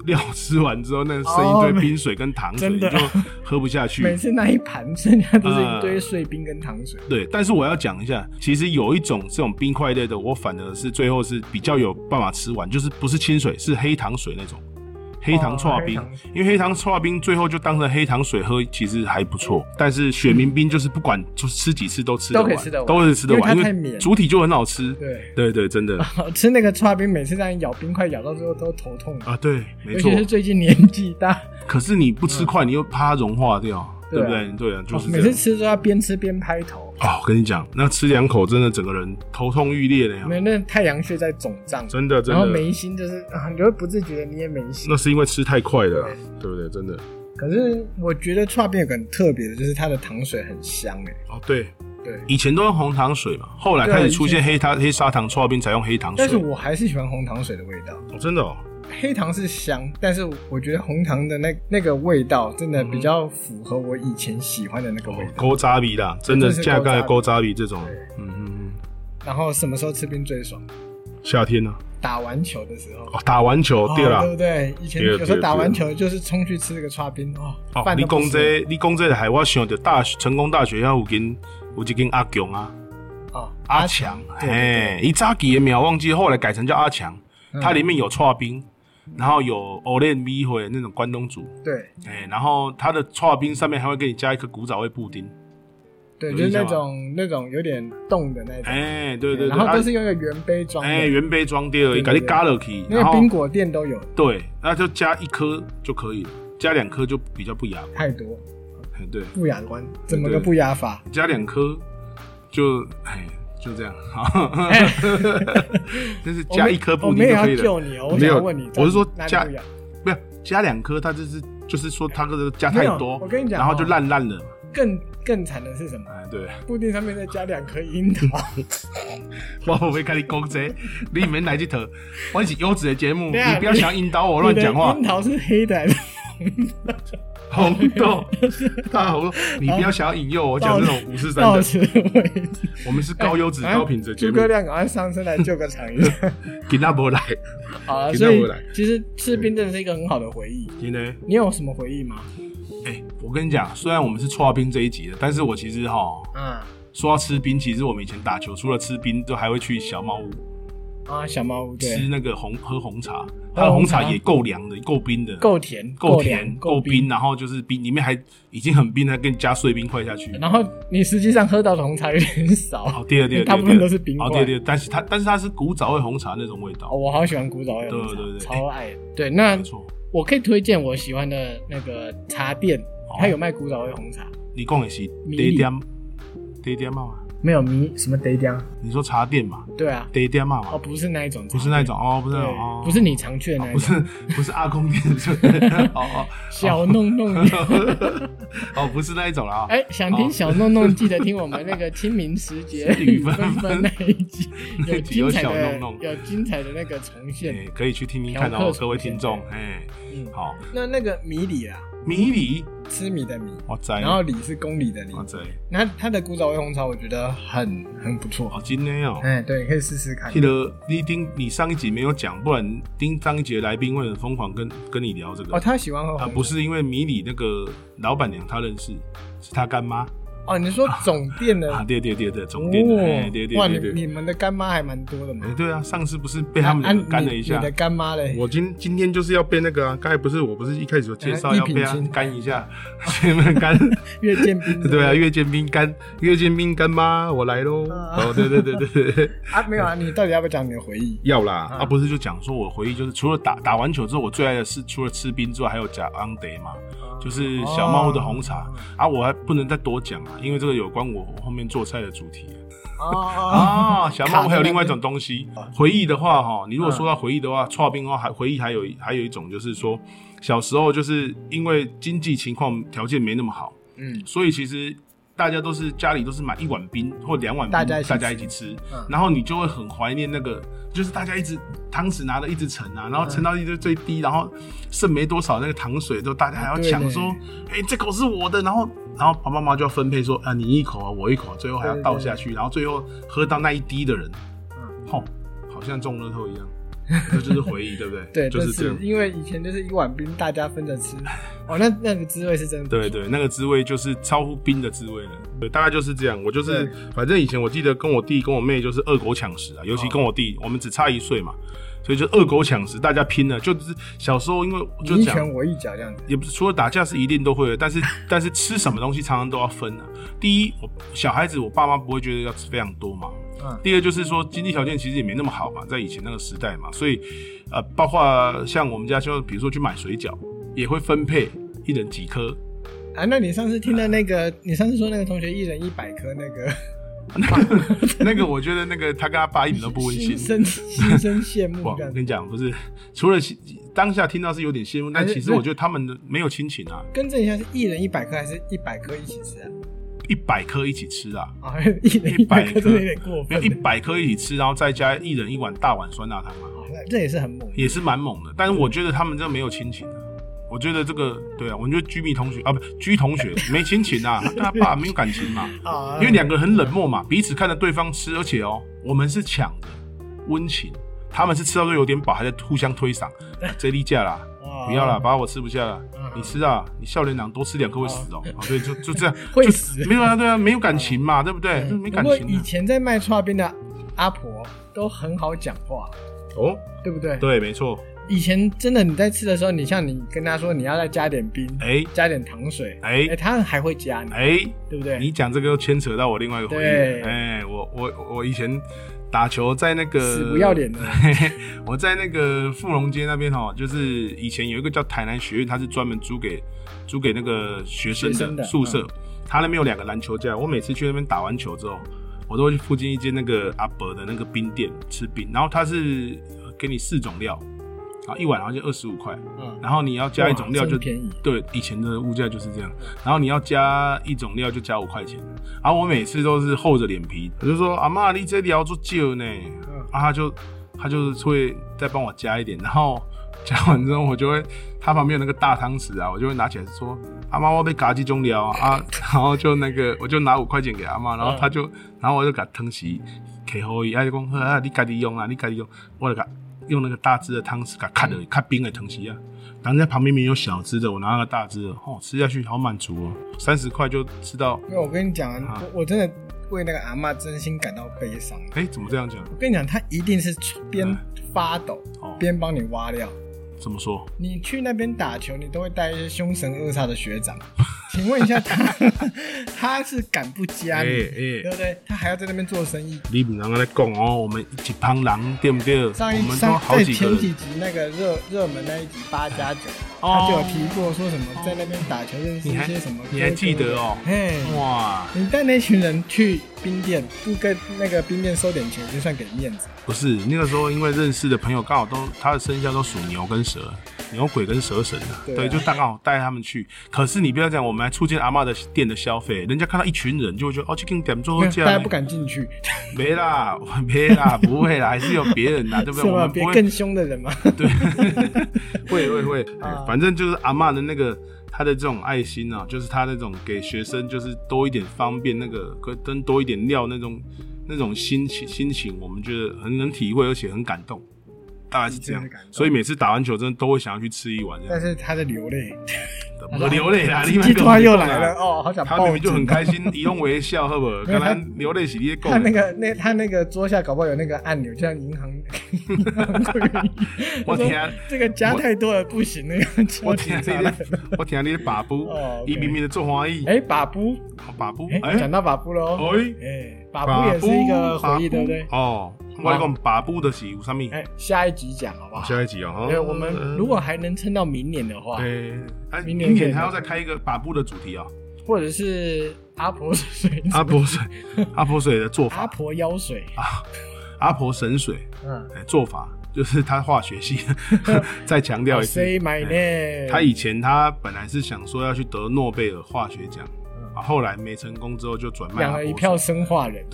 A: 料吃完之后，那剩一
B: 哦
A: 堆
B: 没
A: 冰水跟糖水，
B: 真
A: 你
B: 的
A: 就喝不 下去。
B: 每次那一盘剩下都是一
A: 嗯
B: 堆碎冰跟糖水。
A: 对，但是我要讲一下，其实有一种这种冰块类的，我反而是最后是比较有办法吃完，就是不是清水，是黑糖水那种，黑糖搓冰，
B: 哦黑糖水
A: 因为黑糖搓冰最后就当成黑糖水喝，其实还不错。但是雪明冰就是不管就吃几次都吃得
B: 都可以
A: 完
B: 吃得完
A: 都是吃得完，
B: 因为它太
A: 因为
B: 绵
A: 主体就很好吃。
B: 对，
A: 对对，真的
B: 好吃那个刨冰，每次这样咬冰块，咬到最后都头痛。
A: 啊，对，没
B: 尤
A: 错
B: 其。是最近年纪大，
A: 可是你不吃快，你又怕它融化掉，
B: 嗯对
A: 对
B: 啊
A: 不对？对啊， 就是
B: 每
A: 这
B: 次
A: 样。
B: 吃都要边吃边拍头，
A: 哦，我跟你讲，那吃两口真的整个人头痛欲裂了呀
B: 因，为那太阳穴在肿胀，
A: 啊真的真
B: 然后
A: 的。
B: 眉心就是啊，你就会不自觉的捏眉心
A: 那。是因为吃太快了啊，对不对？真的，
B: 可是我觉得串冰有个很特别的，就是它的糖水很香哎、
A: 哦，对，
B: 对，
A: 以前都用红糖水嘛，后来
B: 对啊
A: 开始出
B: 以前
A: 现黑糖黑砂糖刨冰才用黑糖水。
B: 但是我还是喜欢红糖水的味道。
A: 哦真的哦，
B: 黑糖是香，但是我觉得红糖的那那个味道真的比较符合我以前喜欢的那个味道。
A: 哦勾扎比啦，真的
B: 真的是
A: 架盖勾
B: 勾
A: 扎比这种，嗯嗯
B: 然后什么时候吃冰最爽？
A: 嗯，夏天呢、
B: 打完球的时候。
A: 哦，打完球，对啦
B: 哦，对，不对？以前
A: 对了
B: 有时候打完
A: 对
B: 球就是冲去吃个串冰哦，
A: 哦，
B: 饭
A: 你
B: 都不
A: 讲
B: 吃
A: 这你讲这还我想着大学成功大学遐有间有一间阿强啊，
B: 哦，
A: 阿强，
B: 对对对
A: 嘿，伊早期的名我忘记，后来改成叫阿强，
B: 嗯
A: 它里面有刨冰，然后有藕莲米会那种关东煮，
B: 对
A: 哎，然后它的刨冰上面还会给你加一颗古早味布丁，
B: 对，
A: 有
B: 就是
A: 印象
B: 那
A: 吗
B: 种那种有点冻的那
A: 啊
B: 种，
A: 哎，对对对，
B: 然后
A: 啊
B: 都是用一个圆杯装的，
A: 哎原杯装掉而已，
B: 对对
A: 给你
B: 对
A: 加落去，
B: 那
A: 然
B: 个
A: 后
B: 冰果店都有
A: 对，那就加一颗就可以了，加两颗就比较不雅
B: 太多，
A: 哎对，
B: 不雅观，怎么
A: 对
B: 个不雅法？
A: 加两颗就哎就这样， 好，就是加一颗
B: 我
A: 布
B: 没
A: 丁
B: 有
A: 就可
B: 要
A: 以
B: 救
A: 了。
B: 你哦，我
A: 没
B: 想
A: 有
B: 要问你，
A: 我是说
B: 哪里
A: 加
B: 不雅
A: 没有加两颗，它就是就是说它这个加太
B: 没
A: 多
B: 有，我跟你讲
A: 然后就
B: 哦
A: 烂烂了。
B: 更更惨的是什么？
A: 哎，对，
B: 布丁上面再加两颗樱桃，
A: 我不会跟你讲这个，你免来这套，我是优质的节目，
B: 对啊
A: 你不要想引 导我乱讲
B: 你
A: 话
B: 的樱。桃是黑的还是？
A: 红豆，大红豆，你不要想要引诱我讲这种五四三
B: 到
A: 的，
B: 此为止。
A: 我们是高优质高品质的节
B: 哎诸
A: 目。
B: 葛亮赶快上身来救个场一下。
A: 给那波来，
B: 好啊，
A: 给
B: 所
A: 他
B: 以
A: 回来嗯
B: 其实吃冰真的是一个很好的回忆。
A: 真的。
B: 你有什么回忆吗？
A: 哎、我跟你讲，虽然我们是搓冰这一集的，但是我其实哈
B: 啊
A: 说到吃冰，其实我们以前打球除了吃冰，都还会去小猫屋
B: 啊，小猫屋
A: 吃
B: 对，
A: 那个红喝红茶，它的红茶也够凉的，够冰的，
B: 够甜，
A: 够
B: 凉
A: 甜，够冰，。啊然后就是冰里面还已经很冰，还给你加碎冰块下去。
B: 然后你实际上喝到的红茶有点少，
A: 哦，第二第二，
B: 大部分都是冰块
A: 哦，第二第二，但是它但是它是古早味红茶那种味道
B: 哦，，我好喜欢古早味红茶，
A: 对对对
B: 超爱。对，那
A: 没错。
B: 我可以推荐我喜欢的那个茶店，
A: 啊
B: 它有卖古早味红茶，
A: 你讲的是
B: 米
A: 茶
B: 粒
A: 点，茶点啊嘛？
B: 没有迷什么 day 酱，
A: 你说茶店嘛？
B: 对啊，
A: 茶点嘛？
B: 哦，不是那一种茶
A: 不
B: 店，
A: 是那种哦，不是那种哦
B: 对，，不是你常去的那一
A: 不
B: 种，
A: 是哦不是阿 公店，是哦哦
B: 小弄弄。
A: 哦，不是那一种啦。哦
B: 哎，想听小弄弄，记得听我们那个清明时 节
A: 雨
B: 雨
A: 纷
B: 纷
A: 纷
B: 纷那一集，
A: 那
B: 有
A: 集有
B: 精彩
A: 小
B: 的
A: 弄弄
B: 有精彩的那个重
A: 哎
B: 现。
A: 可以去听听看
B: 嫖
A: 哦
B: 客，
A: 各位听众，哎，
B: 嗯，
A: 好，
B: 那那个米里啊，
A: 米里，
B: 吃米的米，
A: 我知，
B: 然后里是公里的里
A: 我，知，
B: 那它的古早味红茶我觉得很很不错
A: 哦，。真的哦。
B: 哎，对，可以试试看
A: 记。得你丁，你上一集没有讲，不然丁上一集的来宾会很疯狂跟跟你聊这个
B: 哦，他喜欢喝红
A: 啊，
B: 茶
A: 不是因为米里那个老板娘她认识，是她干妈
B: 哦，你说总店的
A: 啊，对对对对，总店的，哎对
B: 哦，哇，
A: 对
B: 你
A: 对
B: 你
A: 对，
B: 们的干妈还蛮多的嘛
A: 哎。对啊，上次不是被他们两个干了一
B: 啊
A: 下
B: 你你，的干妈嘞，
A: 我今今天就是要被那个啊，刚才不是我不是一开始有介绍
B: 哎
A: 要
B: 一品
A: 被他
B: 清
A: 干一下， 前面干，
B: 月见冰
A: 对啊，岳建斌干，岳建斌干妈，我来喽。
B: 啊
A: 哦，对对对对对，
B: 啊，没有啊，你到底要不要讲你的回忆？
A: 要啦，啊不是就讲说我回忆就是除了打打完球之后，我最爱的是除了吃冰之外，还有加昂德嘛，就是小猫屋的红茶
B: 哦
A: 啊，我还不能再多讲啊，因为这个有关我后面做菜的主题。
B: 哦，
A: 啊，小猫屋还有另外一种东西，回忆的话哈，你如果说到回忆的话，刨冰的话，还回忆还有还有一种就是说，小时候就是因为经济情况条件没那么好，
B: 嗯，
A: 所以其实大家都是家里都是买一碗冰或两碗冰，
B: 大家一起吃
A: 大家一起吃，
B: 嗯
A: 然后你就会很怀念那个，就是大家一直汤匙拿的一直盛啊，
B: 嗯
A: 然后盛到一直最低，然后剩没多少那个糖水之后，大家还要抢说，哎、这口是我的，然后然后爸爸妈妈就要分配说啊，你一口啊，我一口、啊，最后还要
B: 对对
A: 倒
B: 对
A: 下去，然后最后喝到那一滴的人，
B: 嗯
A: 吼，好像中乐透一样。这就是回忆，对不对？
B: 对，
A: 就是这
B: 是
A: 样。
B: 因为以前就是一碗冰大家分着吃，哦，那那个滋味是真的。
A: 对对，那个滋味就是超乎冰的滋味了。对，大概就是这样。我就是
B: 对，
A: 反正以前我记得跟我弟跟我妹就是恶狗抢食啊，尤其跟我弟，我们只差一岁嘛，所以就恶狗抢食，大家拼了。就是小时候因为就
B: 你一
A: 讲
B: 拳我一脚这样子。
A: 也不是除了打架是一定都会的，但是 但是吃什么东西常常都要分啊。第一，我小孩子我爸妈不会觉得要吃非常多嘛。
B: 嗯
A: 第二就是说经济条件其实也没那么好嘛，在以前那个时代嘛，所以呃，包括像我们家就比如说去买水饺，也会分配一人几颗。
B: 啊，那你上次听的那个，你上次说那个同学一人一百颗那个，
A: 那个我觉得那个他跟他爸一点都不温馨
D: 心。生心 生羡慕
A: 哇，
D: 这
A: 我
D: 样
A: 跟
D: 子，
A: 你讲，不是除了心当下听到是有点羡慕，但
B: 还是
A: 其实我觉得他们的没有亲情啊，
B: 跟这一下是一人一百颗还是一百颗一起吃啊？
A: 一百颗一起吃啊，
B: 啊，一人一百颗真的有点过
A: 没有
B: 分
A: 一，百颗一起吃，然后再加一人一碗大碗酸辣汤啊，
B: 这也是很猛。
A: 也是蛮猛的。但是我觉得他们真的没有亲情啊，我觉得这个对啊，我觉得居民同学啊，不居同学没亲情啊，他跟他爸没有感情嘛，
B: 啊
A: 因为两个人很冷漠嘛，彼此看着对方吃，而且哦，我们是抢着温情，他们是吃到都有点饱，还在互相推 搡，啊这例假啦。
B: 啊哦
A: 不要啦，，把我吃不下了。
B: 嗯
A: 你吃啊，你笑脸党多吃两颗会死哦。啊对，就就这样，
B: 会
A: 就
B: 死嗯
A: 没有啊，对啊，没有感情嘛，对不对？就是没
B: 不
A: 感
B: 过
A: 情
B: 以
A: 啊。
B: 前在卖串冰的阿婆都很好讲话，
A: 哦，
B: 对不对？。
A: 对，没错。
B: 以前真的你在吃的时候，你像你跟她说你要再加点冰，
A: 哎
B: 加点糖水，
A: 哎
B: 哎，她还会加你，
A: 哎，
B: 对不对？
A: 你讲这个又牵扯到我另外一个回忆
B: 对
A: 了。哎，我我我以前打球在那个
B: 死不要脸的，
A: 我在那个富隆街那边哦，就是以前有一个叫台南学院，它是专门租给租给那个学生
B: 学生
A: 的
B: 的嗯
A: 宿舍，它那边有两个篮球架，我每次去那边打完球之后，我都会去附近一间那个阿伯的那个冰店吃冰，然后它是呃给你四种料。啊，一碗好像就二十五块，
B: 嗯
A: 然后你要加一种料
B: 哇
A: 就
B: 真便宜
A: 对，以前的物价就是这样。然后你要加一种料就加五块钱，然后我每次都是厚着脸皮，我就说阿妈你这料做旧呢，
B: 嗯
A: 啊他就他就是会再帮我加一点，然后加完之后我就会他旁边有那个大汤匙啊，我就会拿起来说阿妈我被嘎鸡中料啊，啊然后就那个我就拿五块钱给阿妈，然后他就然后我就给他汤匙给后伊，他就讲啊你家己用啊你家己用，我就给他用那个大只的汤匙给卡的卡冰的汤匙啊。然后在旁边没有小只的，我拿那个大只的，哦，吃下去好满足哦，三十块就吃到，
B: 因为我跟你讲
A: 啊
B: 啊，我我真的为那个阿嬷真心感到悲伤。
A: 哎、怎么这样讲？
B: 我跟你讲，她一定是边发抖
A: 哦
B: 边帮你挖料。
A: 怎么说？
B: 你去那边打球，你都会带一些凶神恶煞的学 长。请问一下他， 他是敢不加你，
A: 哎
B: 对不对？他还要在那边做生意。
A: 你不能跟他讲哦，我们一帮人对不对？
B: 上一
A: 我们都
B: 上
A: 好
B: 在
A: 几个
B: 前
A: 人
B: 几集那个热热门那一集八加九，
A: 哦
B: 他就有提过说什么在那边打球认识
A: 你
B: 一
A: 还
B: 些什么哥哥
A: 你还记得哦
B: 嘿，
A: 哇，
B: 你带那群人去冰店，不跟那个冰店收点钱，就算给面子。
A: 不是那个时候，因为认识的朋友刚好都他的生肖都属牛跟蛇，牛鬼跟蛇神啊，
B: 对啊
A: 对，就刚好带他们去。可是你不要讲，我们还促进阿嬷的店的消费，人家看到一群人就会觉得哦，去跟点做
B: 没有
A: 这
B: 大家
A: 样
B: 不，敢进去，
A: 没啦，我没啦，不会啦，还是有别人啊啦，对不
B: 是
A: 对？我
B: 吧？
A: 们不
B: 别
A: 会
B: 更凶的 人嘛。
A: 对，会会会，
B: 啊
A: 反正就是阿嬷的那个她的这种爱心啊，就是她那种给学生就是多一点方便，那个跟跟多一点料那种那种心情心情，我们觉得很能体会，而且很感动，大概是这样
B: 真的感。动
A: 所以每次打完球，真的都会想要去吃一碗这
B: 但
A: 样。
B: 是他的流泪，
A: 我流泪啦，你们
B: 哎鸡
A: 根本
B: 突然
A: 不
B: 又
A: 懂
B: 来
A: 啦
B: 了，哦，好想
A: 他
B: 抱
A: 明
B: 你
A: 明就很开心，以用微笑，好不 好？
B: 没有
A: 刚
B: 他
A: 刚流泪洗涤够
B: 他
A: 了
B: 那。个那他那个桌下搞不好有那个按钮，就像银行 银行柜一样
A: 我天啊
B: 他说这个加太多了不行，那个加
A: 我听这
B: 太多
A: 个
B: 了。，
A: 我听你的把布
B: 哦，，OK
A: 一明明的做欢喜，
B: 哎，把布，
A: 把布，
B: 哎，
A: 哎
B: 讲，到把布喽，
A: 哎
B: 哎，把布也是一个回忆，对不对
A: 把？布哦，我来讲把布的是有啥物？
B: 哎，下一集讲好不好？
A: 下一集哦。
B: 因为我们如果还能撑到明年的话，
A: 对，哎，
B: 明
A: 明
B: 年
A: 年还要再开一个把布的主题 哦。
B: 或者是阿婆水、
A: 阿婆啊水，阿婆水的做
B: 阿
A: 法，
B: 婆腰水，
A: 阿婆神水，
B: 嗯
A: 哎，做法就是他化学 系，再强调一次。
B: ，Say
A: 哎
B: my name，
A: 他以前他本来是想说要去得诺贝尔化学奖，啊，后来没成功之后就转卖
B: 嗯养
A: 阿
B: 了一
A: 婆
B: 票
A: 水。
B: 生化人，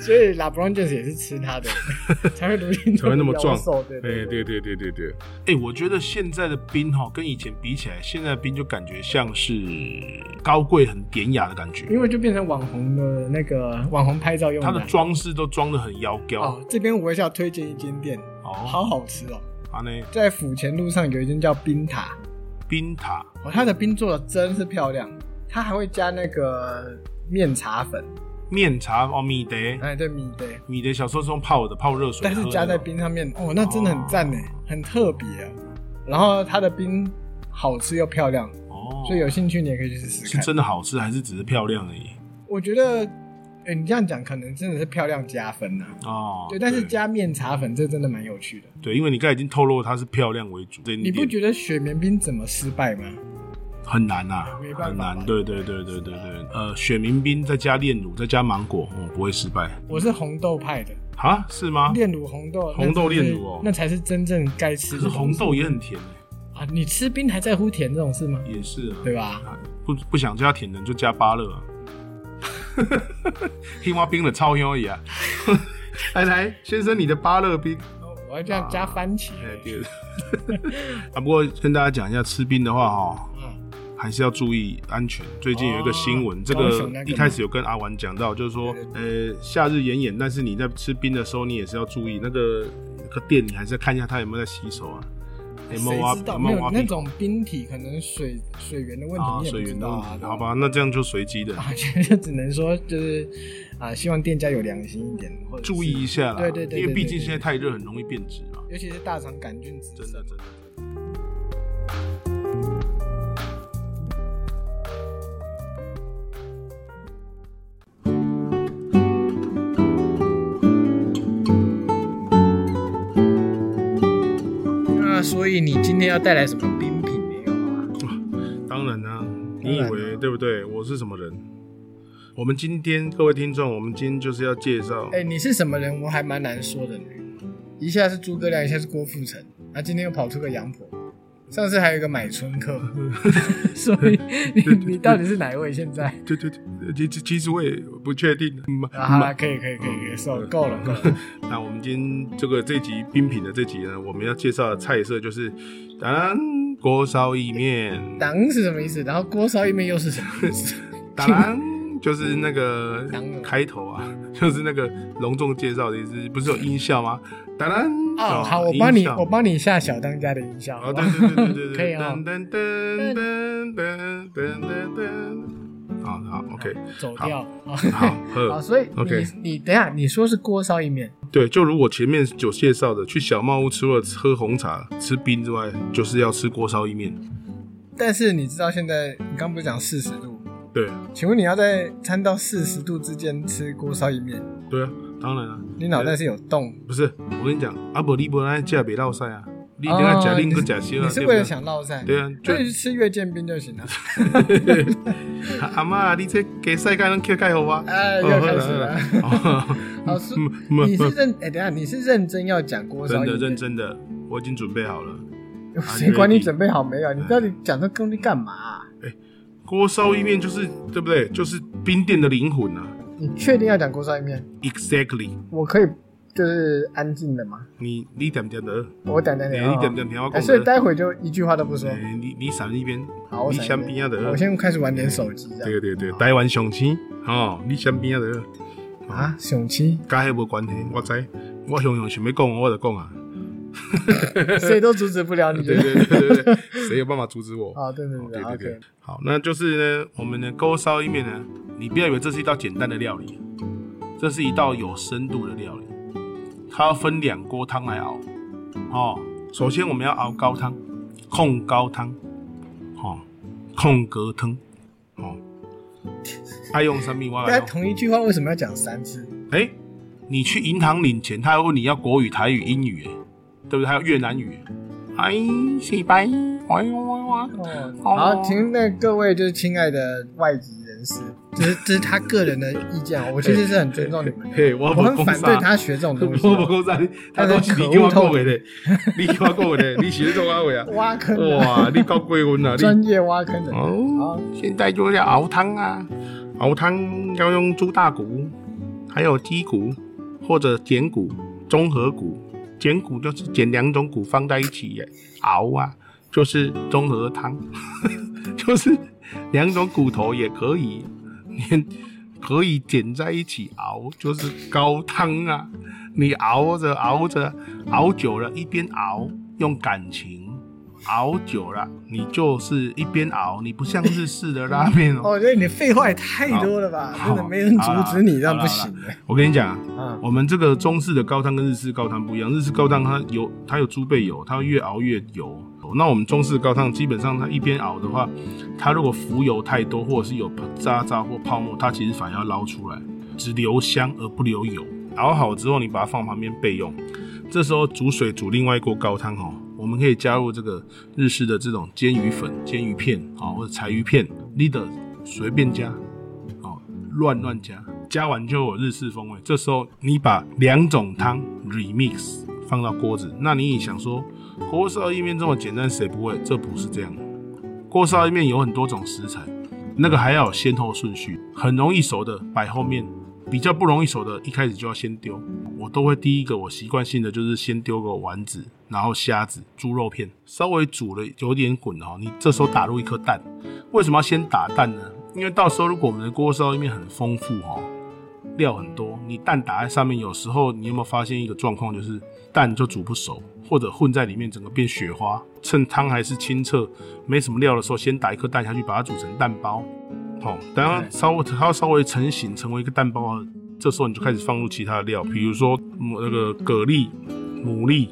B: 所以 LeBron James 也是吃他的，才会如 今
A: 才会 那么壮
B: 妖兽。对
A: 哎，
B: 对对，
A: 对对对对对。哎，我觉得现在的冰哈跟以前比起来，现在的冰就感觉像是高贵、很典雅的感觉。
B: 因为就变成网红的那个网红拍照用
A: 它的装饰都装的很妖娇
B: 哦，这边我也是要推荐一间店，
A: 哦，
B: 好好吃哦，
A: 啊呢，
B: 在府前路上有一间叫冰塔，
A: 冰塔
B: 哦，它的冰做的真是漂亮，它还会加那个面茶粉，
A: 面茶哦，米德
B: 哎，对米的，
A: 米德小时候是用泡的，泡热水，
B: 但是加在，冰上面，哦，那真的很赞呢，很特别啊。然后它的冰好吃又漂亮，
A: 哦，
B: 所以有兴趣你也可以去试试
A: 是
B: 看。
A: 真的好吃还是只是漂亮而已
B: 我觉得，哎、你这样讲可能真的是漂亮加分呐、啊
A: 哦，
B: 对，但是加面茶粉这真的蛮有趣的。
A: 对，因为你刚才已经透露它是漂亮为主，对，
B: 你不觉得雪绵冰怎么失败吗？
A: 得很难啊
B: 没，办
A: 很
B: 法吧
A: 难。对对对对对对，呃，雪明冰再加炼乳，再加芒果，嗯，不会失败
B: 我是红豆派的，
A: 啊？是吗？
B: 炼乳红豆，
A: 红豆
B: 那才是
A: 炼乳哦
B: 那才是真正该
A: 可
B: 吃的
A: 是
B: 东西。
A: 红豆也很甜欸
B: 啊，你吃冰还在乎甜这种事吗？
A: 也是啊，
B: 对吧？
A: 啊不不想加甜的就加芭乐啊， 黑蛙冰的超香呀！ 来来，先生，你的芭乐冰。
B: 我要这样加番茄。
A: 啊哎，对。 啊，不过跟大家讲一下，吃冰的话哦哈、
B: 嗯，
A: 还是要注意安全。最近有一个新闻，
B: 哦
A: 这
B: 高
A: 个
B: 雄那个
A: 一开始有跟阿丸讲到，就是说，呃，夏日炎炎，但是你在吃冰的时候，你也是要注意那个那个店，你还是要看一下它有没有在洗手啊，有没有挖
B: 哎谁知道
A: 有
B: 没
A: 没有
B: 有
A: 挖
B: 那
A: 鼻
B: 种冰体，可能水水源的问
A: 啊，
B: 题，你也
A: 水
B: 不知
A: 源
B: 道
A: 的问
B: 啊。
A: 题。
B: 对
A: 好吧，那这样就随机的，
B: 啊， 就只能说就是啊，希望店家有良心一点，或者是
A: 注意一下啦。
B: 对对对，
A: 因为
B: 对
A: 毕
B: 对
A: 竟
B: 对
A: 现在太热，很容易变质嘛。
B: 尤其是大肠杆菌滋生
A: 真的真的。
B: 那所以你今天要带来什么冰品没有啊？
A: 当然啦、你以
B: 当然
A: 为
B: 啦
A: 对不对？我是什么人？我们今天各位听众，我们今天就是要介绍
B: 哎、你是什么人？我还蛮难说的呢。一下是诸葛亮，一下是郭富城，啊，今天又跑出个杨婆。上次还有一个买春客， 所以你你到底是哪一位？现在
A: 对对对，其其其实我也不确定。嗯
B: 啊，好啦可以可以可以
A: 哦
B: 可以，受够了够了。
A: 那我们今天这个这集冰品的这集呢，我们要介绍的菜色就是，当然锅烧意面，
B: 党是什么意思？然后锅烧意面又是什么 意思？
A: 当然就是那个
B: 当然
A: 开头啊， 就是那个隆重介绍的意思，不是有音效吗？当然
B: 哦，好，我帮你，我
A: 帮。
B: 帮你下小当家的音效。
A: 哦，
B: 好
A: 对
B: 吧
A: 对对对对
B: 可以
A: 对，
B: 啊
A: 噔噔噔噔噔噔噔噔， 好好，OK，
B: 走掉
A: 好
B: 啊。，好，
A: 呵，
B: 所以
A: OK
B: 你你等一下，你说是锅烧意面，
A: 对，就如我前面有介绍的，去小茂屋除了喝红茶、吃冰之外，就是要吃锅烧意面。
B: 但是你知道现在你刚不是讲四十度？
A: 对，
B: 请问你要在餐到四十度之间吃锅烧意面，
A: 对啊，当然啊，
B: 你脑袋是有洞？
A: 不是，我跟你讲，阿伯利伯那架北绕赛啊，你等下假另个假西
B: 哦你
A: 啊，
B: 是
A: 对不
B: 为了
A: 对？
B: 想落赛？
A: 对啊就
B: 就去吃月见冰就行了。
A: 啊阿妈，你这给赛干能开开好啊？
B: 哎，
A: 哦
B: 又开始。
A: 好
B: 了。
A: 好 好
B: 老师，
A: 嗯嗯
B: 你是认哎，等一下你是认真要讲锅烧
A: 真
B: 意
A: 的
B: 面？
A: 认真的，我已经准备好了。
B: 谁管你准备好
A: 哎
B: 没有？你到底讲这东西干嘛啊、
A: 锅烧意面就是对不对？就是冰店的灵魂啊
B: 你确定要讲锅烧意面？
A: ，exactly
B: 我可以就是安静的吗？
A: 你。你点点的，
B: 我等等等
A: 哎
B: 啊，
A: 你等等等我讲
B: 哎所以待会就一句话都不说。
A: 哎你你闪一边，
B: 好，我
A: 你
B: 闪一
A: 想
B: 边
A: 边啊的哎
B: 我，先开始玩点手机啊这
A: 对
B: 样。
A: 对对，台湾相亲哦，你想边啊的，
B: 啊，雄七，
A: 跟迄无关系，我知，我想想想要讲，我就讲啊，
B: 谁都阻止不了你。
A: 对对对对对，谁有办法阻止我？
B: 啊，对对
A: 哦对对对
B: OK，，
A: 好，那就是呢，我们的锅烧意面呢，你不要以为这是一道简单的料理，这是一道有深度的料理，它要分两锅汤来熬。哦，首先我们要熬高汤，控高汤，哦，控格汤，哦，爱用什么我
B: 大
A: 来
B: 家
A: 用。
B: 同一句话为什么要讲三次？
A: 哎、你去银行领钱，他还问你要国语、台语、英语，哎，对不对？还有越南语。哎，洗白，哎呦哎呦，
B: 哦，
A: 哦
B: 好，请那各位就是亲爱的外籍人士，这是这是他个人的意见哦，我其实是很尊重你们的，
A: 嘿，我
B: 我
A: 哎不
B: 很
A: 讲
B: 反
A: 啥
B: 对他学这种东西啊 哦
A: 我。无讲啥，你他都是你叫我讲的咧，你叫我讲的咧，你是咧做啥 话啊？
B: 挖坑的
A: 哇，你搞鬼混啊！
B: 专
A: 你
B: 业挖坑的。
A: 哦，现在就是要熬汤啊，熬汤要用猪大骨，还有鸡骨或者剪骨、综合骨，剪骨就是剪两种骨放在一起耶熬啊，就是综合汤， 就是两种骨头也可以， 你可以剪在一起熬，就是高汤啊。你熬着熬着，熬久了，一边熬用感情，熬久了你就是一边熬，你不像日式的拉面哦。
B: 哦，觉得你的废话也太多了吧，
A: 好啊
B: 真的没人阻止你，这
A: 好
B: 样
A: 啦
B: 不行的。
A: 我跟你讲啊，
B: 啊，
A: 我们这个中式的高汤跟日式高汤不一样，日式高汤它有它有猪背油，它越熬越油。那我们中式高汤基本上它一边熬的话，它如果浮油太多或者是有渣渣或泡沫，它其实反而要捞出来，只留香而不留油。熬好之后，你把它放旁边备用。这时候煮水煮另外一锅高汤哦，我们可以加入这个日式的这种煎鱼粉、煎鱼片啊、或者柴鱼片，leader 随便加，哦，乱乱加，加完就有日式风味。这时候你把两种汤 remix 放到锅子，那你也想说，锅烧意面这么简单，谁不会？这不是这样的。锅烧意面有很多种食材，那个还要有先后顺序，很容易熟的摆后面，比较不容易熟的，一开始就要先丢。我都会第一个，我习惯性的就是先丢个丸子，然后虾子、猪肉片，稍微煮了有点滚哦。你这时候打入一颗蛋，为什么要先打蛋呢？因为到时候如果我们的锅烧意面很丰富哦，料很多，你蛋打在上面，有时候你有没有发现一个状况，就是蛋就煮不熟，或者混在里面整个变雪花。趁汤还是清澈、没什么料的时候，先打一颗蛋下去，把它煮成蛋包。好、哦，等它稍微它稍微成型，成为一个蛋包，这时候你就开始放入其他的料，比如说嗯那个蛤蜊、牡蛎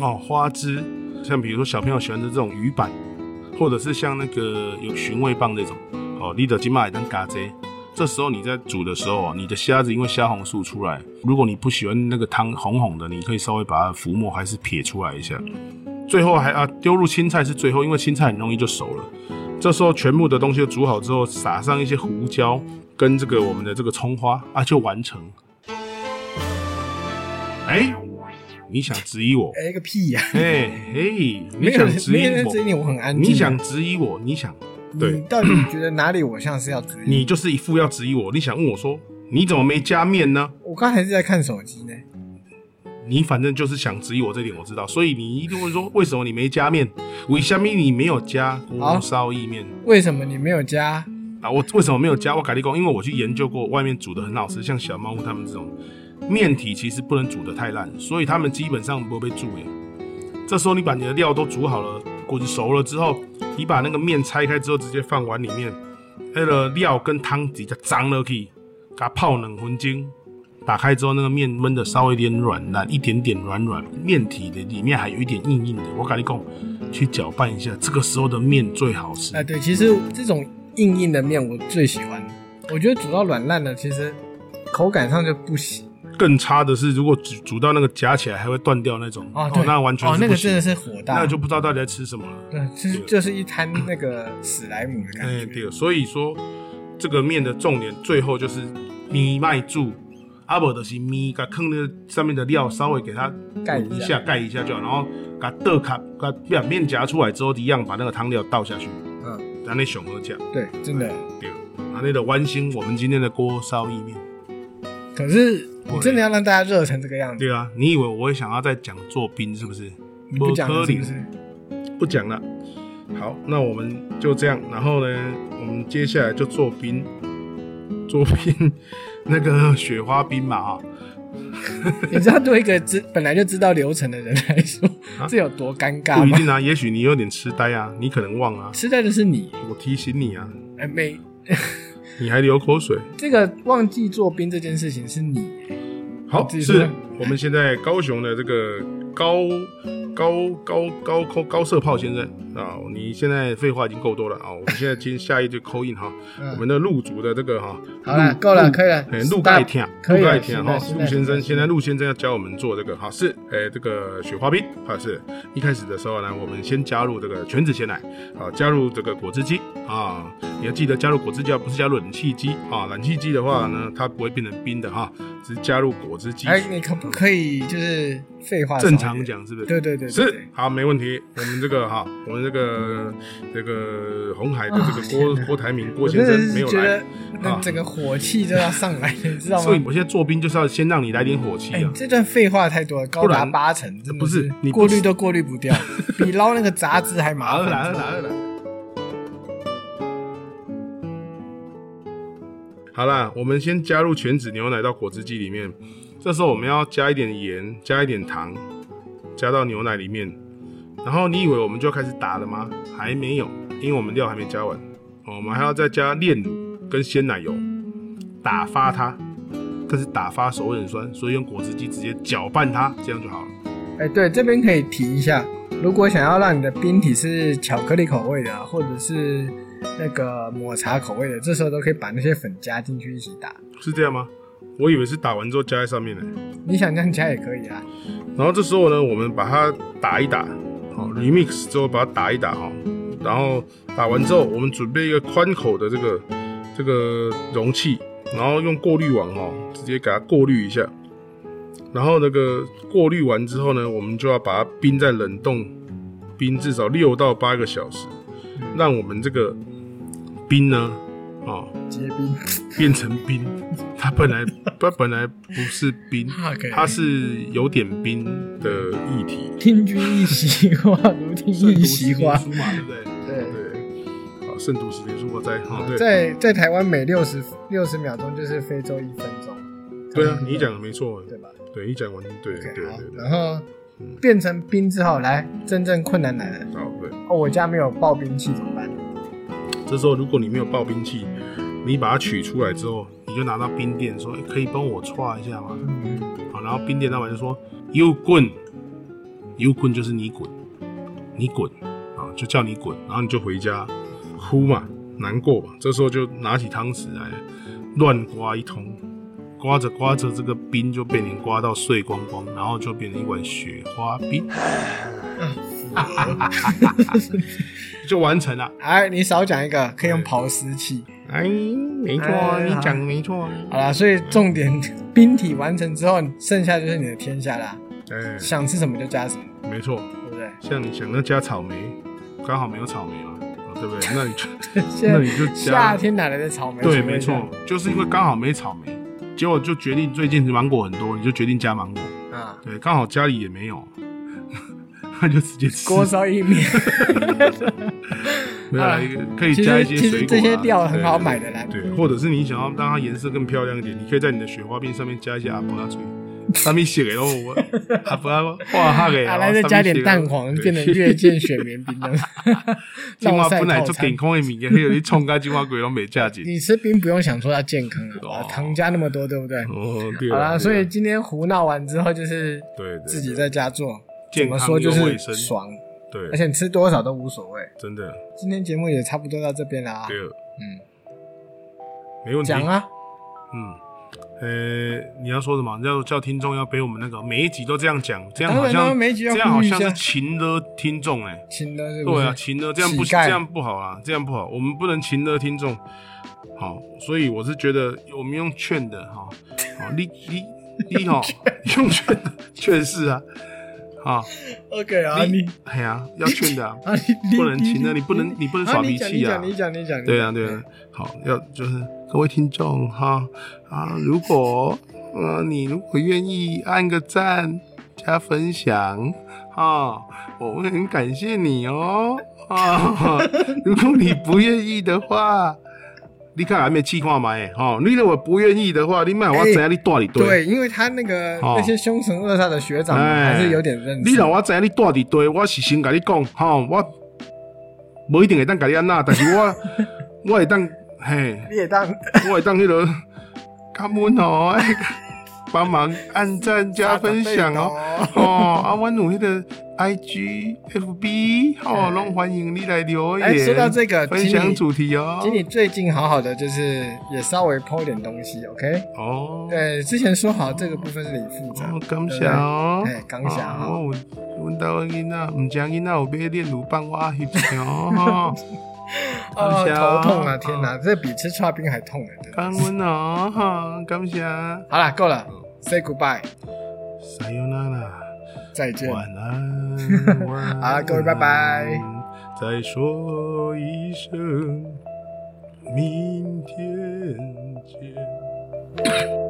A: 哦、花枝，像比如说小朋友喜欢的这种鱼板，或者是像那个有寻味棒这种哦，你的金马也当嘎贼。这时候你在煮的时候啊，你的虾子因为虾红素出来，如果你不喜欢那个汤红红的，你可以稍微把它浮沫还是撇出来一下。最后还啊丢入青菜是最后，因为青菜很容易就熟了。这时候全部的东西都煮好之后，撒上一些胡椒跟这个我们的这个葱花啊，就完成。哎，你想质疑我？
B: 哎个屁呀！
A: 哎嘿，你
B: 没有
A: 想
B: 人
A: 质
B: 没
A: 疑
B: 有人质疑你，
A: 我？
B: 我很安静。
A: 你想质疑我？你想？对
B: 你到底觉得哪里我像是要追？
A: 你就是一副要质疑我，你想问我说你怎么没加面呢？
B: 我刚才是在看手机呢。
A: 你反正就是想质疑我这点，我知道，所以你一定会说为什么你没加面？为什么你没有加锅烧意面？
B: 为什么你没有加？
A: 啊，我为什么没有加？我改立功，因为我去研究过，外面煮的很好吃，像小猫屋他们这种面体其实不能煮的太烂，所以他们基本上不会被注意。这时候你把你的料都煮好了，滚熟了之后，你把那个面拆开之后，直接放碗里面，那个料跟汤底就脏了去，给它泡两分钟。打开之后，那个面焖的稍微有点软烂，一点点软软，面体的里面还有一点硬硬的。我改立功，去搅拌一下，这个时候的面最好吃。
B: 哎，对，其实这种硬硬的面我最喜欢。我觉得煮到软烂了，其实口感上就不行
A: 更差的是，如果煮煮到那个夹起来还会断掉那种，
B: 啊。对，
A: 那完全
B: 哦，
A: 是
B: 那
A: 不
B: 个
A: 行
B: 真的是火大，
A: 那就不知道到底在吃什么了。
B: 对，就是就是一滩那个史莱姆的感
A: 哎，
B: 觉。
A: 对，所以说这个面的重点最后就是米麦柱，阿伯的是米，给坑的上面的料稍微给它
B: 盖一
A: 滚
B: 下
A: 下，盖一下就好，然后给它倒卡，把两面夹出来之后，一样把那个汤料倒下去，
B: 嗯，
A: 然后那熊和酱，
B: 对，真的。
A: 对，然后那个弯心，我们今天的锅烧意面。
B: 可是你真的要让大家热成这个样子，
A: 对啊，你以为我会想要再讲做冰是不是？
B: 你不讲
A: 不
B: 了
A: 可
B: 是
A: 能
B: 不是？
A: 不讲了。好，那我们就这样。然后呢，我们接下来就做冰，做冰那个雪花冰嘛 啊、
B: 你知道对一个知本来就知道流程的人来说
A: 啊，
B: 这有多尴尬
A: 不一
B: 吗？
A: 定啊，也许你有点痴呆啊，你可能忘啊。
B: 吃在的是你，
A: 我提醒你啊，
B: 哎，每
A: 你还流口水。
B: 这个忘记做冰这件事情是你，
A: 好，
B: 自己说
A: 是我们现在高雄的这个高高高高高高射炮先生啊，你现在废话已经够多了啊，我们现在进下一句扣印哈，
B: 嗯
A: 我们的陆族的这个哈，
B: 好了
A: 陆
B: 够了
A: 陆
B: 可以了
A: 哎，
B: Stop，
A: 陆盖天，
B: 可以
A: 陆
B: 了
A: 盖天哈
B: 现，
A: 哦
B: 在
A: 陆先
B: 现在
A: 生，现在陆先生要教我们做这个哈是，哎，这个雪花冰啊是，一开始的时候呢，我们先加入这个全脂鲜奶啊，加入这个果汁机啊，你要记得加入果汁机，而不是加入冷气机啊，冷气机的话呢，它不会变成冰的哈，只是加入果汁机。
B: 嗯哎，你可不可以就是废话？
A: 正常，讲是不是？
B: 对对对对
A: 是
B: 对
A: 好，没问题。我们这个哈，我们这个这个红海的这个郭 郭台铭郭
B: 我
A: 先
B: 真的
A: 生没
B: 是
A: 有
B: 觉
A: 来啊
B: 得，那整个火气就要上来，你知道
A: 所以
B: 吗？
A: 我现在做兵就是要先让你来点火气
B: 哎
A: 啊，。
B: 这段废话太多了，高
A: 不
B: 达
A: 然
B: 八成，真的
A: 不是你不
B: 过滤都过滤不 掉，比捞那个杂质还
A: 好
B: 麻
A: 了，好
B: 烦。
A: 了，好了。好啦，我们先加入全脂牛奶到果汁机里面。这时候我们要加一点盐，加一点糖，加到牛奶里面。然后你以为我们就要开始打了吗？还没有，因为我们料还没加完。哦我们还要再加炼乳跟鲜奶油，打发它。但是打发手很酸，所以用果汁机直接搅拌它，这样就好了。
B: 哎，对，这边可以提一下，如果想要让你的冰体是巧克力口味的啊，或者是那个抹茶口味的，这时候都可以把那些粉加进去一起打。
A: 是这样吗？我以为是打完之后加在上面呢、
B: 你想这样加也可以啊。
A: 然后这时候呢，我们把它打一打，哦，哦 remix 之后把它打一打哦，然后打完之后，我们准备一个宽口的这个这个容器，然后用过滤网哦，直接给它过滤一下。然后那个过滤完之后呢，我们就要把它冰在冷冻，冰至少六到八个小时，让我们这个冰呢，哦，
B: 结冰，
A: 变成冰。 它本来它本来不是冰
B: Okay，
A: 它是有点冰的液体。
B: 听君一席话，如听
A: 圣
B: 一
A: 徒
B: 席
A: 十年
B: 话
A: 书。嘛，对不对？
B: 对，
A: 对，好，圣徒十年书我在，好对
B: 在在台湾每六十六十秒钟就是非洲一分钟。
A: 对啊，你讲的没错，
B: 对吧？
A: 对，你讲完对对
B: OK，
A: 对
B: 好
A: 对，，嗯对
B: 然后变成冰之后，来真正困难来了。
A: 好对。
B: 哦，我家没有刨冰器怎么办？
A: 这时候如果你没有刨冰器，你把它取出来之后，你就拿到冰店说，哎诶可以帮我歘一下吗？好，然后冰店老板就说，You 滚，You 滚就是你滚，你滚啊，就叫你滚，然后你就回家哭嘛，难过嘛。这时候就拿起汤匙来乱刮一通，刮着刮着，这个冰就被你刮到碎光光，然后就变成一碗雪花冰， 就完成了。
B: 哎，你少讲一个，可以用刨丝器。
A: 哎，没错，
B: 哎
A: 你
B: 好
A: 讲得没错。哎
B: 好啦，所以重点 冰体完成之后，剩下就是你的天下啦，
A: 哎，
B: 想吃什么就加什么，
A: 没错，
B: 对不对？
A: 像你想要加草莓，刚好没有草莓嘛，哦对不 对？那你就
B: 现
A: 那
B: 在
A: 你就
B: 夏
A: 加，
B: 天哪来的草莓？
A: 对，
B: 请问
A: 没
B: 一下
A: 错，就是因为刚好没草莓，结果就决定最近芒果很多，你就决定加芒果，
B: 啊，
A: 对，刚好家里也没有， 那就直接吃。
B: 锅烧意面。
A: 没有啦
B: 啊
A: 一个可以
B: 其
A: 加一
B: 实
A: 些
B: 其
A: 水
B: 实
A: 果
B: 这
A: 啦，
B: 些料很好
A: 对
B: 买的啦，
A: 对，或者是你想要让它颜色更漂亮一点，你可以在你的雪花冰上面加一些阿布拉脆，上面写给哦，我阿布拉画哈给，
B: 啊，来再加点蛋黄，变 得
A: 得
B: 月见雪绵 冰了。
A: 青蛙
B: 绕赛
A: 本来
B: 套
A: 做
B: 餐
A: 健。康的物件，迄个你创甲青蛙鬼拢袂价钱。
B: 你吃冰不用想说要健康
A: 哦
B: 啊，糖加那么多，对不对？
A: 哦，对
B: 好啦，
A: 啦，
B: 所以
A: 对
B: 今天胡闹完之后，就是
A: 对对
B: 自己在家做，
A: 健
B: 怎
A: 康
B: 么说就
A: 又卫生
B: 是爽，而
A: 对，
B: 且你吃多少都无所谓。
A: 真的
B: 今天节目也差不多到这边了啊，
A: 对，
B: 嗯，
A: 没问题。
B: 讲，啊，
A: 嗯。呃，你要说什么？要叫听众要被我们那个每一集都这样讲，这样
B: 当
A: 好
B: 然啦
A: 像
B: 每一集要
A: 这样好
B: 呼吁一
A: 像是
B: 下
A: 勤的听众哎、
B: 亲的是不
A: 对啊，
B: 是？
A: 勤的这样不
B: 乞丐
A: 这样不好啊，这样不好，我们不能勤的听众。好，所以我是觉得我们用劝的哈，好，你你你 哦，用劝的劝是啊，啊，
B: ，OK 啊，你
A: 哎呀，要劝的啊，
B: 啊你
A: 不能勤的，
B: 的，
A: 你不能你不能耍脾气
B: 啊
A: 啊，
B: 你讲你讲你讲，你讲
A: 对啊，对啊，，
B: 哎
A: 好，要就是各位听众哈啊，如果呃你如果愿意按个赞加分享啊，我会很感谢你哦 啊， 如果你不愿意的话。你看还没气化嘛？哎，哦，你如果不愿意的话，你买我
B: 哎
A: 怎样？你到底
B: 对，因为他那个
A: 哦
B: 那些凶神恶煞的学长啊
A: 哎
B: 还是有点认
A: 你
B: 识
A: 让，我知影你住伫地，我是先甲你讲，吼，我无一定会当甲你安那，但是我 我会当嘿，
B: 你也当
A: 我会当迄落，卡门哦，哎帮忙按赞加分享哦。 哦，啊，阮有迄个 I G F B 哦，拢欢迎你来留
B: 哎
A: 言。
B: 说到这个
A: 分
B: 经
A: 享
B: 理
A: 主题哦。
B: 经理最近好好的，就是也稍微剖点东西，OK？
A: 哦，
B: 对，之前说好这个部分是你负责
A: 哦，，感谢
B: 对
A: 哦，
B: 哎感谢
A: 啊
B: 哦
A: 我有阮兜囡仔，毋知囡仔有买炼乳棒，我翕相 哦。
B: 哦，
A: 感谢哦
B: 头痛啊！天哪，这比吃串冰还痛呢！真的
A: 感恩哦，哈，感谢，
B: 好啦，够了，say
A: 嗯
B: goodbye，
A: 撒由那拉，
B: 再见。
A: 晚安，晚安，
B: 好各位拜拜，
A: 再说一声，明天见。